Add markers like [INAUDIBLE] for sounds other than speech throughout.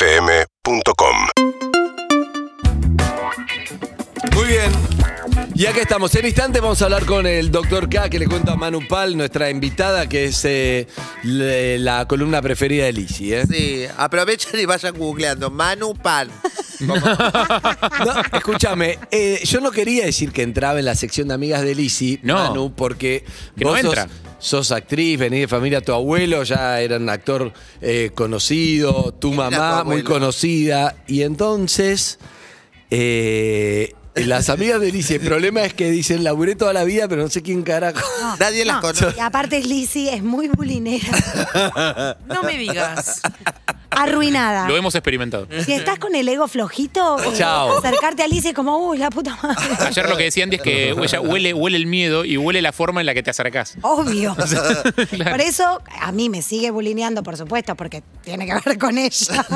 UrbanaPlayFM.com Muy bien. Y acá estamos. En instante vamos a hablar con el doctor K, que le cuento a Manu Pal, nuestra invitada, que es eh, le- la columna preferida de Lizzy. ¿eh? Sí, aprovechen y vayan googleando. Manu Pan. No, escúchame, eh, yo no quería decir que entraba en la sección de amigas de Lizzy, No. Manu, porque Que vos no sos, entra. sos actriz, venís de familia, tu abuelo ya era un actor eh, conocido, tu Era tu mamá muy abuelo. conocida, y entonces... eh, las amigas de Lizzy, el problema es que dicen laburé toda la vida, pero no sé quién carajo. Ah, Nadie las conoce. Y aparte Lizzy es muy bulinera, [LAUGHS] No me digas. arruinada. Lo hemos experimentado. Si estás con el ego flojito, eh, Chao. acercarte a Lizzy es como, uy, la puta madre. Ayer lo que decía Andy es que ella huele, huele el miedo y huele la forma en la que te acercás. [LAUGHS] Obvio. Claro. Por eso a mí me sigue bulineando, por supuesto, porque tiene que ver [LAUGHS] con ella.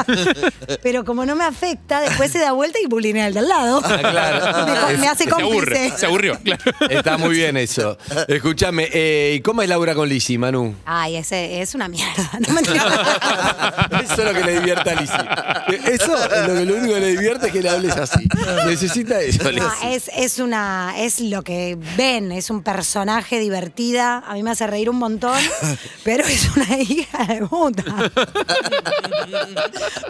Pero como no me afecta, después se da vuelta y bulinea al del lado. claro. Oh, Me co- Me, hace Ah, Se aburre, cómplice. se aburrió, claro. Está [LAUGHS] muy bien eso. Escúchame, eh, ¿y cómo es Laura con Lizzy, [LAUGHS] Manu? Ay, ese es una mierda. [LAUGHS] No mentira. Eso es lo que le divierte a Lizzy. Eso es lo, que, lo único que le divierte es que le hables así. Necesita eso, No, eh, Lizzy. Ah, es, es una es lo que ven, es un personaje divertida, a mí me hace reír un montón, pero es una hija de puta.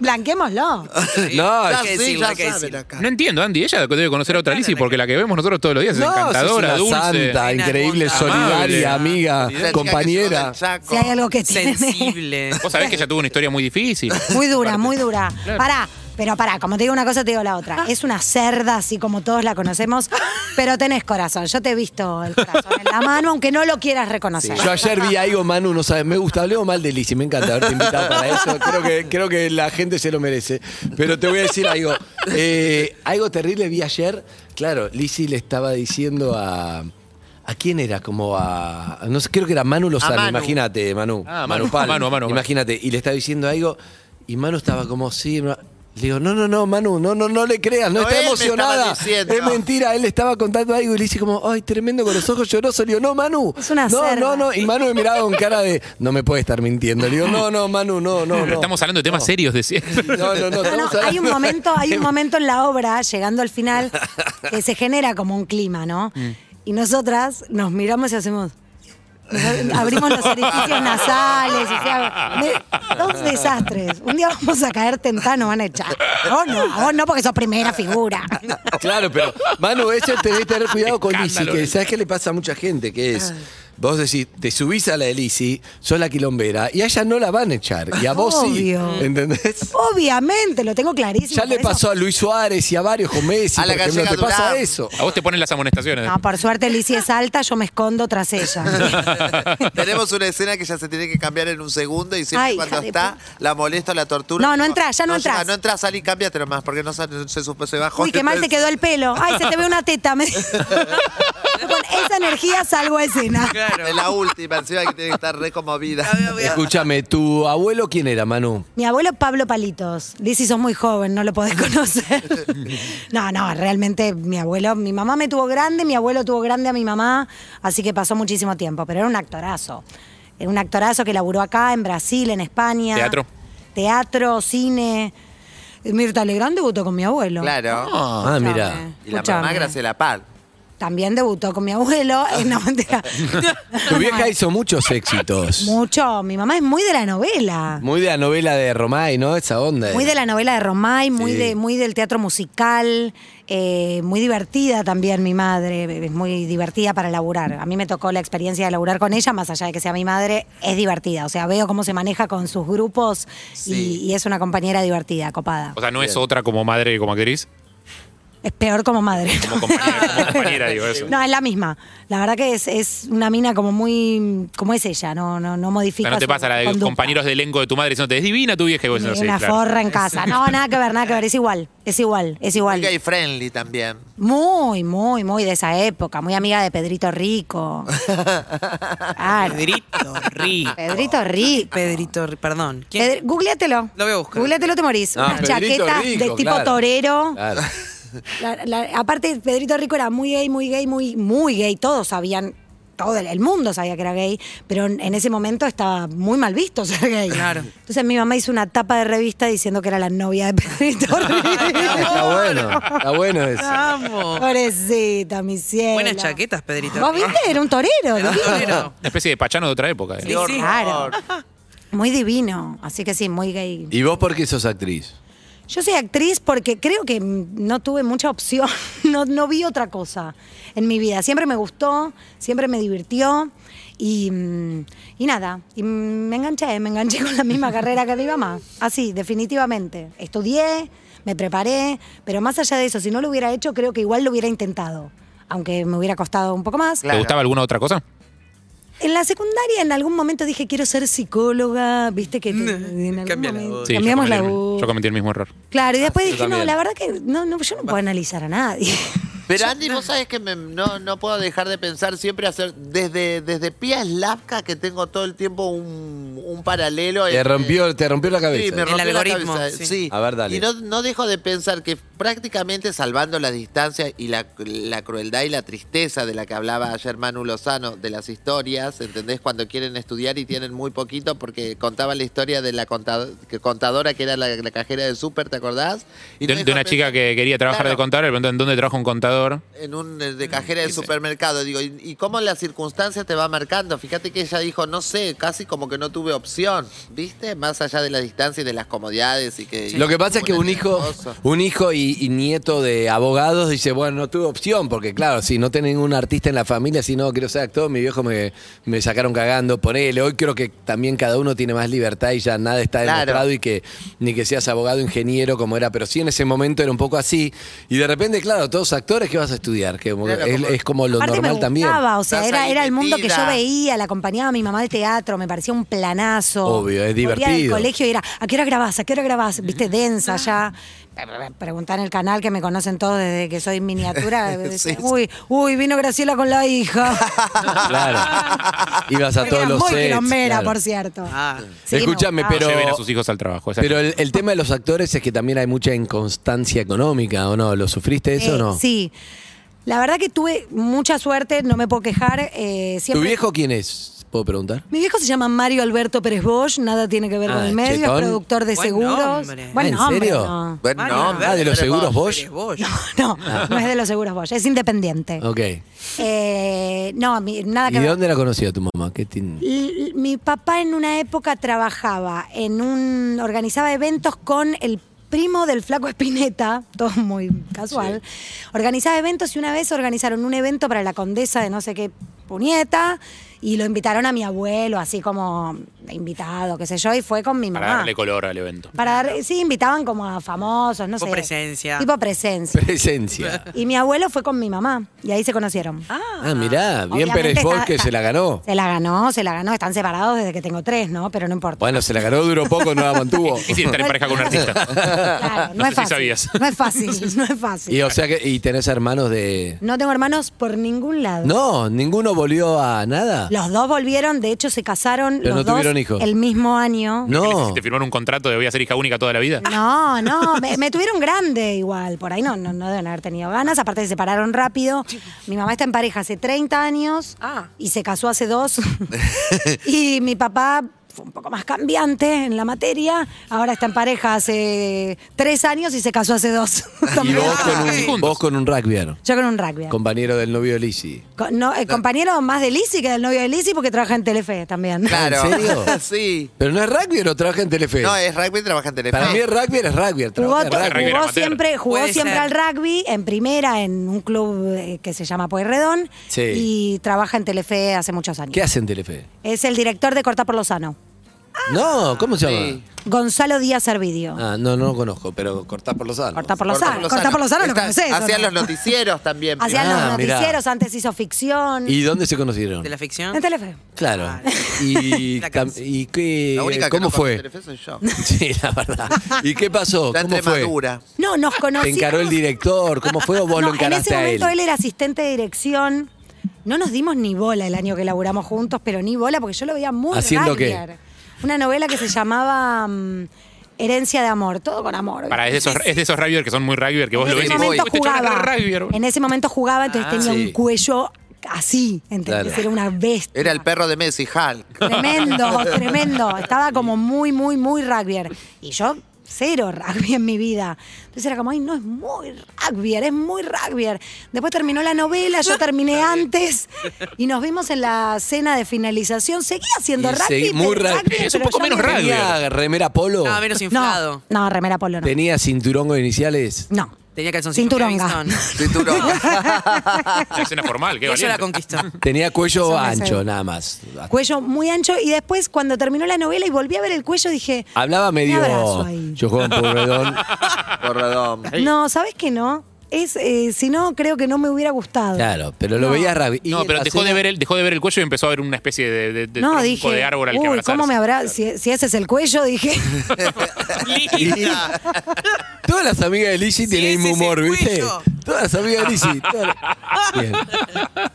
Blanquémoslo. No, Ya es- que sí, decirlo, ya hay que saben decirlo. acá. No entiendo, Andy. Ella debe conocer a otra Lizzy porque la que vemos nosotros todos los días es no, encantadora, sos una dulce. santa, increíble, Amable. solidaria, amiga, La chica que llegó compañera. del Chaco. Si hay algo que tiene. Sensible. Vos sabés que ella tuvo una historia muy difícil. Muy dura, muy dura. Pará, pero pará, como te digo una cosa, te digo la otra. Es una cerda, así como todos la conocemos, pero tenés corazón. Yo te he visto el corazón en la mano, aunque no lo quieras reconocer. Yo ayer vi algo, Manu, no sabes, me gusta, hablé o mal de Lizzy, me encanta haberte invitado para eso, creo que, creo que la gente se lo merece. Pero te voy a decir algo, eh, algo terrible vi ayer, claro, Lizzy le estaba diciendo a... ¿A quién era? Como a... No sé, creo que era Manu Lozano, Manu. imagínate, Manu. Ah, Manu, Pal, Manu, Manu, Manu. Imagínate, y le estaba diciendo algo y Manu estaba como, sí, ma-". le digo, no, no, no, Manu, no, no, no le creas, no, No, está él me emocionada. estaba diciendo. Es mentira, él estaba contando algo y le dice como, ay, tremendo con los ojos llorosos. Le digo, no, Manu. Es una No, cerda. no, no. Y Manu me miraba con cara de, no me puede estar mintiendo. Le digo, no, no, Manu, no, no. Pero no. estamos hablando de temas serios, decía. No, no, no. No, Ah, no, estamos hablando- hay un momento, hay un momento en la obra, llegando al final, que se genera como un clima, ¿no? Mm. Y nosotras nos miramos y hacemos. nos Abrimos los orificios nasales, o sea, me- dos desastres. Un día vamos a caer tentano, van a echar. Vos no, a vos no, porque sos [LAUGHS] primera figura. [LAUGHS] Claro, pero Manu, eso tenés que tener cuidado con Lizzy, Escándalo. que sabes que le pasa a mucha gente, que Ah. es. Vos decís, te subís a la de Lizzy, sos la quilombera, y a ella no la van a echar, y a vos Obvio. sí. ¿Entendés? Obviamente, lo tengo clarísimo. Ya le por eso- pasó a Luis Suárez y a varios con Messi, A la por ejemplo, te gallega pasa Durán. eso. A vos te ponen las amonestaciones. No, por suerte Lizzie es alta, yo me escondo [LAUGHS] tras ella. [LAUGHS] Tenemos una escena que ya se tiene que cambiar en un segundo y siempre Ay, hija cuando de está la molesta, la tortura. No, no Tipo, entrá, ya no llega, entrás. No entras, salí, cámbiatelo más porque no sale, se, supo, se bajó. Uy, qué mal te pues. quedó el pelo. Ay, se te ve una teta. me- [LAUGHS] Con esa energía salgo a escena. Claro. De la última, encima que tiene que estar re conmovida. A ver, voy a- Escúchame, ¿tu abuelo quién era, Manu? Mi abuelo Pablo Palitos. Lizzy, sos muy joven, no lo podés [LAUGHS] conocer. No, no, realmente mi abuelo, mi mamá me tuvo grande, mi abuelo tuvo grande a mi mamá, así que pasó muchísimo tiempo, pero era un actorazo. Era un actorazo que laburó acá, en Brasil, en España. Teatro. Teatro, cine. Mirta Legrand debutó con mi abuelo. Claro. Ah, mira. Y la Escuchame. mamá Graciela Pal. También debutó con mi abuelo. [LAUGHS] Eh, no, mentira. Tu vieja hizo muchos [LAUGHS] éxitos. Mucho. Mi mamá es muy de la novela. Muy de la novela de Romay, ¿no? Esa onda. Muy de la novela de Romay, muy, Sí. de, muy del teatro musical, eh, muy divertida también mi madre, es muy divertida para laburar. A mí me tocó la experiencia de laburar con ella, más allá de que sea mi madre, es divertida. O sea, veo cómo se maneja con sus grupos y- y, es una compañera divertida, copada. [LAUGHS] O sea, no es otra como madre y como actriz. Es peor como madre. Como [LAUGHS] compañera, como compañera, digo eso. No, es la misma. La verdad que es, es una mina como muy. como es ella, no, no, no O modifica. sea, no te su pasa la de conducta. compañeros de elenco de tu madre diciéndote, es divina tu vieja. Y vos Ni diciendo, "Sí, una claro". forra en casa. No, nada que ver, nada que ver. Es igual, es igual, es Muy igual. gay friendly también. Muy, muy, muy de esa época. Muy amiga de Pedrito Rico. Claro. Pedrito Rico. Pedrito Rico. Pedrito Rico, perdón. ¿Quién? Pedri- googleatelo. Lo voy a buscar. Googleatelo, te morís. Ah, Una Pedrito chaqueta Rico, de tipo claro. torero. Claro. La- la- aparte, Pedrito Rico era muy gay, muy gay, muy, muy gay. Todos sabían todo el mundo sabía que era gay, pero en en ese momento estaba muy mal visto ser gay. Claro. Entonces mi mamá hizo una tapa de revista diciendo que era la novia de [LAUGHS] Pedrito Está Ortiz. bueno, está bueno eso. [LAUGHS] Vamos. Pobrecita, mi cielo. Buenas chaquetas, Pedrito. ¿Vos viste? Era un torero. Era un divino. torero. Una especie de pachano de otra época. eh. Sí, sí. Claro. Muy divino. Así que sí, muy gay. ¿Y vos por qué sos actriz? Yo soy actriz porque creo que mm, no tuve mucha opción, [LAUGHS] no, no vi otra cosa en mi vida. Siempre me gustó, siempre me divirtió y, mm, y nada, y mm, me enganché, me enganché con la misma carrera que mi mamá. Así, definitivamente. Estudié, me preparé, pero más allá de eso, si no lo hubiera hecho, creo que igual lo hubiera intentado, aunque me hubiera costado un poco más. ¿Te gustaba alguna otra cosa? En la secundaria en algún momento dije quiero ser psicóloga, viste que... te- en algún Cambia la momento- voz. yo cambiamos la cometí el- voz. Yo cometí el mismo error. Claro, y Ah, después dije, no, también. la verdad que no, no, yo no puedo analizar a nadie. Pero Andy, vos sabés que me- no, no puedo dejar de pensar siempre hacer, desde, desde Pía Slavka, que tengo todo el tiempo un, un paralelo. Te en- rompió, te rompió la cabeza. Sí, me El rompió la algoritmo, cabeza, sí. A ver, dale. Y no, no dejo de pensar que prácticamente salvando las distancias y la, la crueldad y la tristeza de la que hablaba ayer Manu Lozano de las historias, ¿entendés? Cuando quieren estudiar y tienen muy poquito, porque contaba la historia de la conta- que- contadora que era la, la cajera del súper, ¿te acordás? Y De, no de dejo una chica pensar- que quería trabajar Claro de contador, le preguntó en dónde trabaja un contador. en un eh, de cajera de supermercado. Digo, ¿y, y cómo la circunstancia te va marcando? Fíjate que ella dijo, no sé, casi como que no tuve opción, ¿viste? Más allá de la distancia y de las comodidades y que. Lo que pasa es que un hijo, un hijo y, y nieto de abogados dice, bueno, no tuve opción, porque claro, si no tengo ningún artista en la familia, si no quiero ser actor, mi viejo me, me sacaron cagando, ponele. Hoy creo que también cada uno tiene más libertad y ya nada está Claro. demostrado y que ni que seas abogado, ingeniero, como era, pero sí en ese momento era un poco así. Y de repente, claro, todos actores, ¿qué vas a estudiar? Que como- Claro, es, como- es como lo Aparte me normal también. gustaba, o sea, Estás era, ahí era el mundo que yo metida. veía, la acompañaba a mi mamá al teatro, me parecía un planazo. Obvio, es Volvía del divertido. colegio y era, ¿a qué hora grabás? ¿A qué hora grabás? Viste, Ah. densa ya. Preguntar en el canal que me conocen todos desde que [LAUGHS] soy miniatura. Sí, sí. Uy, uy, vino Graciela con la hija. [LAUGHS] Claro. Ibas a Porque todos era los muy sets, quilombera, claro. por cierto. Ah. Sí, me Escúchame, gustaba. pero- Lleven a sus hijos al trabajo. esa- Pero el, el tema de los actores es que también hay mucha inconstancia económica, ¿o no? ¿Lo sufriste eso o Eh, no? Sí. La verdad que tuve mucha suerte, no me puedo quejar. eh, ¿Tu siempre viejo quién es? ¿Puedo preguntar? Mi viejo se llama Mario Alberto Pérez Bosch, nada tiene que ver con Ah, el medio, chetón. es productor de Buen seguros. nombre. Ah, Bueno, ¿en serio? No. Bueno, Mario, no, ¿verdad? Ah, de los seguros Bosch. Eres vos. No, no es de los seguros Bosch, es independiente. Ok. Eh, no, mi- nada Ah. ¿Y que de ver. dónde era conocida tu mamá? ¿Qué tin- L- Mi papá en una época trabajaba en un. organizaba eventos con el primo del flaco Espineta, [LAUGHS] todo muy casual. Organizaba eventos y una vez organizaron un evento para la condesa de no sé qué puñeta y lo invitaron a mi abuelo, así como invitado, qué sé yo, y fue con mi Para mamá. Ah. darle color al [LAUGHS] evento. Para dar, sí, invitaban como a famosos, no Tipo sé. presencia. Tipo [LAUGHS] presencia. Presencia. Y mi abuelo fue con mi mamá y ahí se conocieron. Ah, mirá, bien Obviamente Pérez está- Bosch que está- se la ganó. Se la ganó, se la ganó. Están separados desde que tengo tres, ¿no? Pero no importa. Bueno, se la ganó, duró poco, no la [LAUGHS] mantuvo. Quisiste [LAUGHS] estar en pareja con un artista. Claro, no, No es sé si fácil. sabías. No es fácil, [LAUGHS] no es fácil. Y o sea que, y tenés hermanos de. No tengo hermanos por ningún lado. No, ninguno volvió a nada. Los dos volvieron, de hecho se casaron Pero los no tuvieron dos hijos. el mismo año. ¿Le No. hiciste firmar un contrato de voy a ser hija única toda la vida? No, no, me, me tuvieron grande igual, por ahí no, no, no deben haber tenido ganas, aparte se separaron rápido. Mi mamá está en pareja hace 30 años Ah. y se casó [LAUGHS] hace dos. [LAUGHS] y mi papá fue un poco más cambiante en la materia, ahora está en pareja hace tres años y se casó hace dos. Y También. vos [LAUGHS] con Ay. un, vos con un rugbyero, Yo con un rugby. compañero del novio de Lizzy. Co- no, eh, compañero más de Lizzy que del novio de Lizzy porque trabaja en Telefe también. Claro. ¿En serio? [LAUGHS] sí. Pero no es rugbyero, trabaja en Telefe. No, es rugby trabaja en Telefe. Para mí el rugby es rugby, el [LAUGHS] Jugó, trabajo de rugby. rugby era jugó amateur. siempre, jugó Puede siempre ser. al rugby en primera en un club eh, que se llama Pueyrredón Sí. y trabaja en Telefe hace muchos años. ¿Qué hace en Telefe? Es el director de Corta por Lozano, No, ¿cómo se llama? Sí. Gonzalo Díaz Servidio. Ah, no, no lo conozco, pero cortás por los años. Cortá por Corta Lozano, Corta por Lozano lo Está- conocés. ¿o Hacían no? los noticieros también. [LAUGHS] Hacían Ah, los mirá. noticieros, antes hizo ficción. ¿Y dónde se conocieron? De la ficción. En Telefe. Claro. ¿Y, La cam- canción. y qué, La única que cómo no conoce fue? Telefe soy yo. [LAUGHS] Sí, la verdad. ¿Y qué pasó? La ¿Cómo fue? Extremadura. No, nos ¿Te conocimos. encaró el director? ¿Cómo fue o vos No, lo encaraste en ese momento a él. él? era asistente de dirección. No nos dimos ni bola el año que laburamos juntos, pero ni bola porque yo lo veía muy ¿Haciendo qué? rugbyar. Una novela que se llamaba mm, Herencia de amor, todo con amor. Para, es de esos, es de esos rugbyers que son muy rugbyers que vos en lo ves ese y momento "Uy, este chabón es jugaba. re rugby". En ese momento jugaba, entonces tenía Ah, sí. un cuello así, ¿entendés? Claro. Era una bestia. Era el perro de Messi, [LAUGHS] Hulk. Tremendo, tremendo. Estaba como muy, muy, muy rugbyer. Y yo, cero rugby en mi vida. Entonces era como, ay, no, es muy rugbyer, es muy rugbyer. Después terminó la novela, yo terminé antes y nos vimos en la cena de finalización. Seguía haciendo Y rugby. seguí- muy pero rugby. ya Es un pero poco ya menos no- rugby. ¿Tenía remera polo? No, menos inflado. No, no, remera polo no. ¿Tenía cinturón con iniciales? No. Tenía calzoncillo. Cinturonga. Livingston. Cinturón. La escena formal, [LAUGHS] qué Y eso la valiente. conquistó. [LAUGHS] Tenía cuello Eso me ancho, sé. nada más. Cuello muy ancho y después cuando terminó la novela y volví a ver el cuello dije, Hablaba medio. abrazo ahí. Yo juego en [LAUGHS] Pueyrredón. Corredón. no, ¿sabes qué no? Es, eh, si no, creo que no me hubiera gustado. Claro, pero lo No. veía rugby. Y No, en pero la dejó de, cena- ver el, dejó de ver el cuello y empezó a ver una especie de, de, de no, tronco dije, de árbol al que uy, abrazarse. ¿cómo me habrá? Si, si ese es el cuello, dije, [LAUGHS] Linda. Todas las amigas de Lizzie tienen el ese mismo es humor, el ¿viste? cuello. Todas las amigas de Lizzie. todas las- Bien.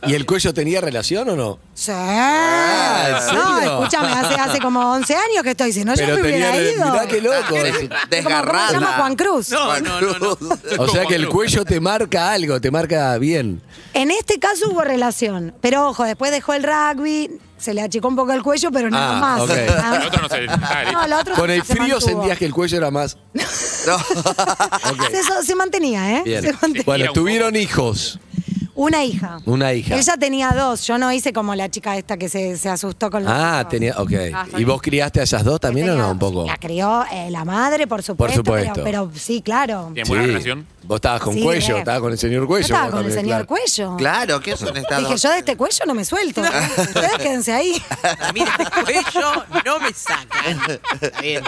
¿Y el cuello tenía relación o no? sí. Ah, ¿en no, serio? escúchame, hace, hace como 11 años que estoy, si no yo pero me tenía. hubiera ido. Mirá qué loco. Ah, Como- ¿Cómo se llama Desgarrada. Juan Cruz? No, no, no, no. [LAUGHS] O sea que el cuello te marca algo, te marca bien. En este caso hubo relación, pero ojo, después dejó el rugby, se le achicó un poco el cuello, pero nada Ah, más. ok. Nada- El otro no se- ah, listo. lo otro Con el se frío mantuvo. [LAUGHS] sentías que el cuello era más. Se, so- se mantenía, ¿eh? Bien. Se mantenía. Bueno, Era un poco- tuvieron hijos. Una hija. Una hija. Ella tenía dos. Yo no hice como la chica esta que se, se asustó con los Ah, hijos. tenía. Ok. ¿Y vos criaste a esas dos Que también o tenía no? dos. Un poco. La crió eh, la madre, por supuesto. supuesto. Pero, pero sí, claro. Bien, buena relación. Vos estabas con Sí, cuello, re. estabas con el señor Yo cuello. estaba vos con el también, claro. señor cuello. Claro, ¿qué son estas Dije, dos? yo de este cuello no [LAUGHS] me suelto. Ustedes quédense ahí. Mira, este cuello no me sacan. Está bien.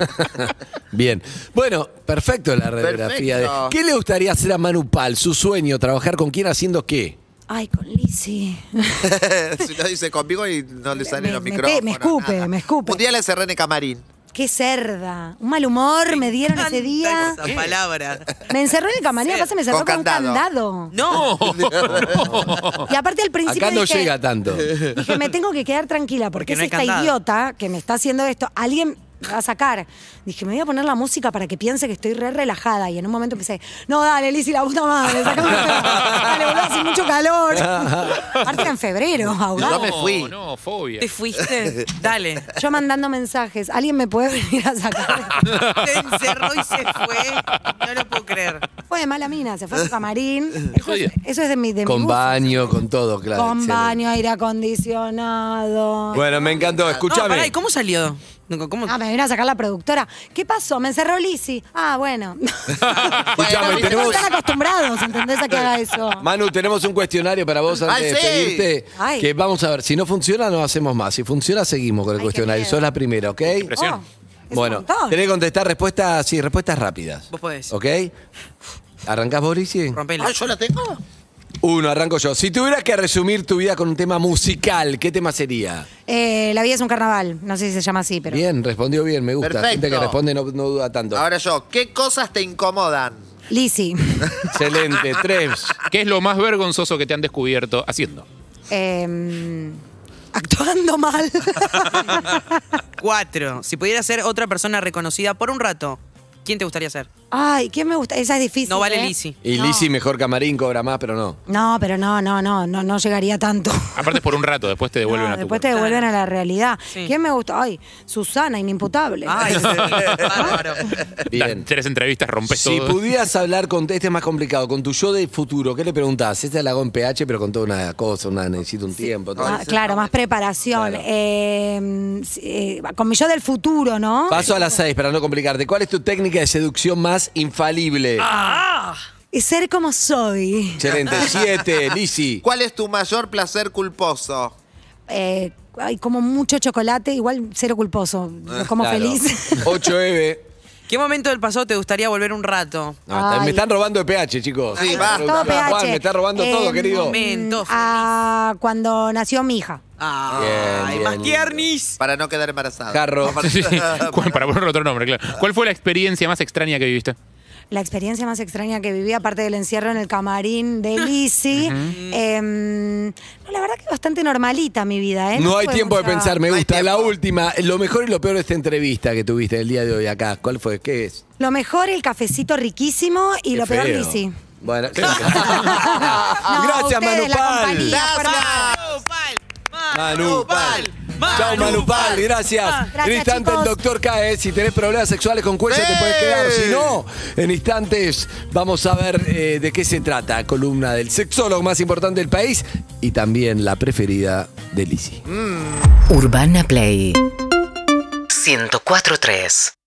Bien. Bueno, perfecto la radiografía. de- Perfecto. ¿Qué le gustaría hacer a Manu Pal? Su sueño, trabajar con quién haciendo qué. Ay, con Lizzy. [LAUGHS] si no dice conmigo y no le salen Me- los me pe- micrófonos. me escupe, nada. me escupe. Un día le cerré en el camarín. Qué cerda. Un mal humor me dieron ese día. Esa palabra. Me encerró en el camarín, aparte me cerró Con con un candado. candado. No. Y aparte al principio Acá no dije, llega tanto. Dije, me tengo que quedar tranquila porque, Porque no hay es esta candado. idiota que me está haciendo esto. Alguien me va a sacar. Dije, me voy a poner la música para que piense que estoy re relajada. Y en un momento empecé, no, dale, Lizzy, la puta madre, sacame [LAUGHS] el tema. Dale, boludo, hace mucho calor. Aparte era en [LAUGHS] febrero, ahogado. No me fui. No, fobia. ¿Te fuiste? Dale. Yo mandando mensajes, ¿alguien me puede venir a sacar? [LAUGHS] [LAUGHS] Se encerró y se fue. No lo puedo creer. Fue de mala mina, se fue a su [LAUGHS] camarín. Eso Jodida. es, eso es de mi de mi Con gusto. baño, con todo, claro. Con excelente. baño, aire acondicionado. Bueno, me encantó. No, pará, Escúchame. ¿y cómo salió? No, ¿Cómo? Ah, me vino a sacar la productora. ¿Qué pasó? Me encerró Lizzy. Ah, bueno. Escuchame, Porque tenemos. Están acostumbrados, ¿entendés? A que [LAUGHS] haga eso. Manu, tenemos un cuestionario para vos antes ¡Ay, de sí! despedirte. Ay. Que vamos a ver, si no funciona, no hacemos más. Si funciona, seguimos con el Ay, qué cuestionario. miedo. Sos la primera, ¿ok? presión. Oh, es un Bueno, montón. tenés que contestar respuestas, sí, respuestas rápidas. Vos podés. ¿Ok? ¿Arrancás vos, Lizzie? Rompela. Ah, yo la tengo. Uno, arranco yo. Si tuvieras que resumir tu vida con un tema musical, ¿qué tema sería? Eh, la vida es un carnaval. No sé si se llama así, pero. Bien, respondió bien, me gusta. Perfecto. Gente que responde no, no duda tanto. Ahora yo, ¿qué cosas te incomodan? [LAUGHS] Lizzy. Excelente, tres. ¿Qué es lo más vergonzoso que te han descubierto haciendo? eh, actuando [LAUGHS] mal. Cuatro. Si pudiera ser otra persona reconocida por un rato, ¿quién te gustaría ser? Ay, ¿quién me gusta? Esa es difícil. No vale ¿eh? Lizzy. Y No. Lizzy, mejor camarín, cobra más, pero no. No, pero no, no, no, no, no llegaría tanto. Aparte es por un rato, después te devuelven No, a tu después te devuelven a la realidad. Sí. ¿Quién me gusta? Ay, Susana, inimputable. [LAUGHS] Ay, sí, bárbaro. [LAUGHS] Las Bien. Tres entrevistas, rompes Si todo. pudieras hablar con. Este es más complicado. Con tu yo del futuro, ¿qué le preguntás? Esta la hago en PH, pero con toda una cosa, una necesito un tiempo. todo. Ah, claro, más preparación. Claro. Eh, sí, eh, con mi yo del futuro, ¿no? Paso a las seis para no complicarte. ¿Cuál es tu técnica de seducción más infalible? Y ser como soy. Excelente. Siete, Lizzy. ¿Cuál es tu mayor placer culposo? Eh, ay, como mucho chocolate, igual cero culposo. Lo como Eh, Claro. feliz. [LAUGHS] Ocho, E Eve. ¿Qué momento del pasado te gustaría volver un rato? No, está- Ay. me están robando de PH, chicos. Sí, Me va. están todo robando- PH. Juan, me está robando todo, Eh, querido. Momento. a cuando nació mi hija. Ay, Bien, más bien. que Arnis. Para no quedar embarazada. Jarro. [LAUGHS] Sí, [LAUGHS] ¿cuál- para poner otro nombre, claro. ¿Cuál fue la experiencia más extraña que viviste? La experiencia más extraña que viví, aparte del encierro en el camarín de Lizzy. eh, no, la verdad que bastante normalita mi vida, ¿eh? No hay fue tiempo de mucha- pensar, me No hay gusta. La tiempo. última, lo mejor y lo peor de esta entrevista que tuviste el día de hoy acá. ¿Cuál fue? ¿Qué es? Lo mejor, el cafecito riquísimo y Qué lo peor, feo. Lizzy. Bueno, [LAUGHS] No, a gracias, ustedes, la Manupal. compañía, por- ¡Gracias! Manupal. Manupal. Chao, Manupal, gracias. Ah, Gracias, en instante chicos. el doctor cae. Si tenés problemas sexuales con cuello, te puedes quedar. Si no, en instantes vamos a ver eh, de qué se trata. Columna del sexólogo más importante del país y también la preferida de Lizzie. Urbana Play 104.3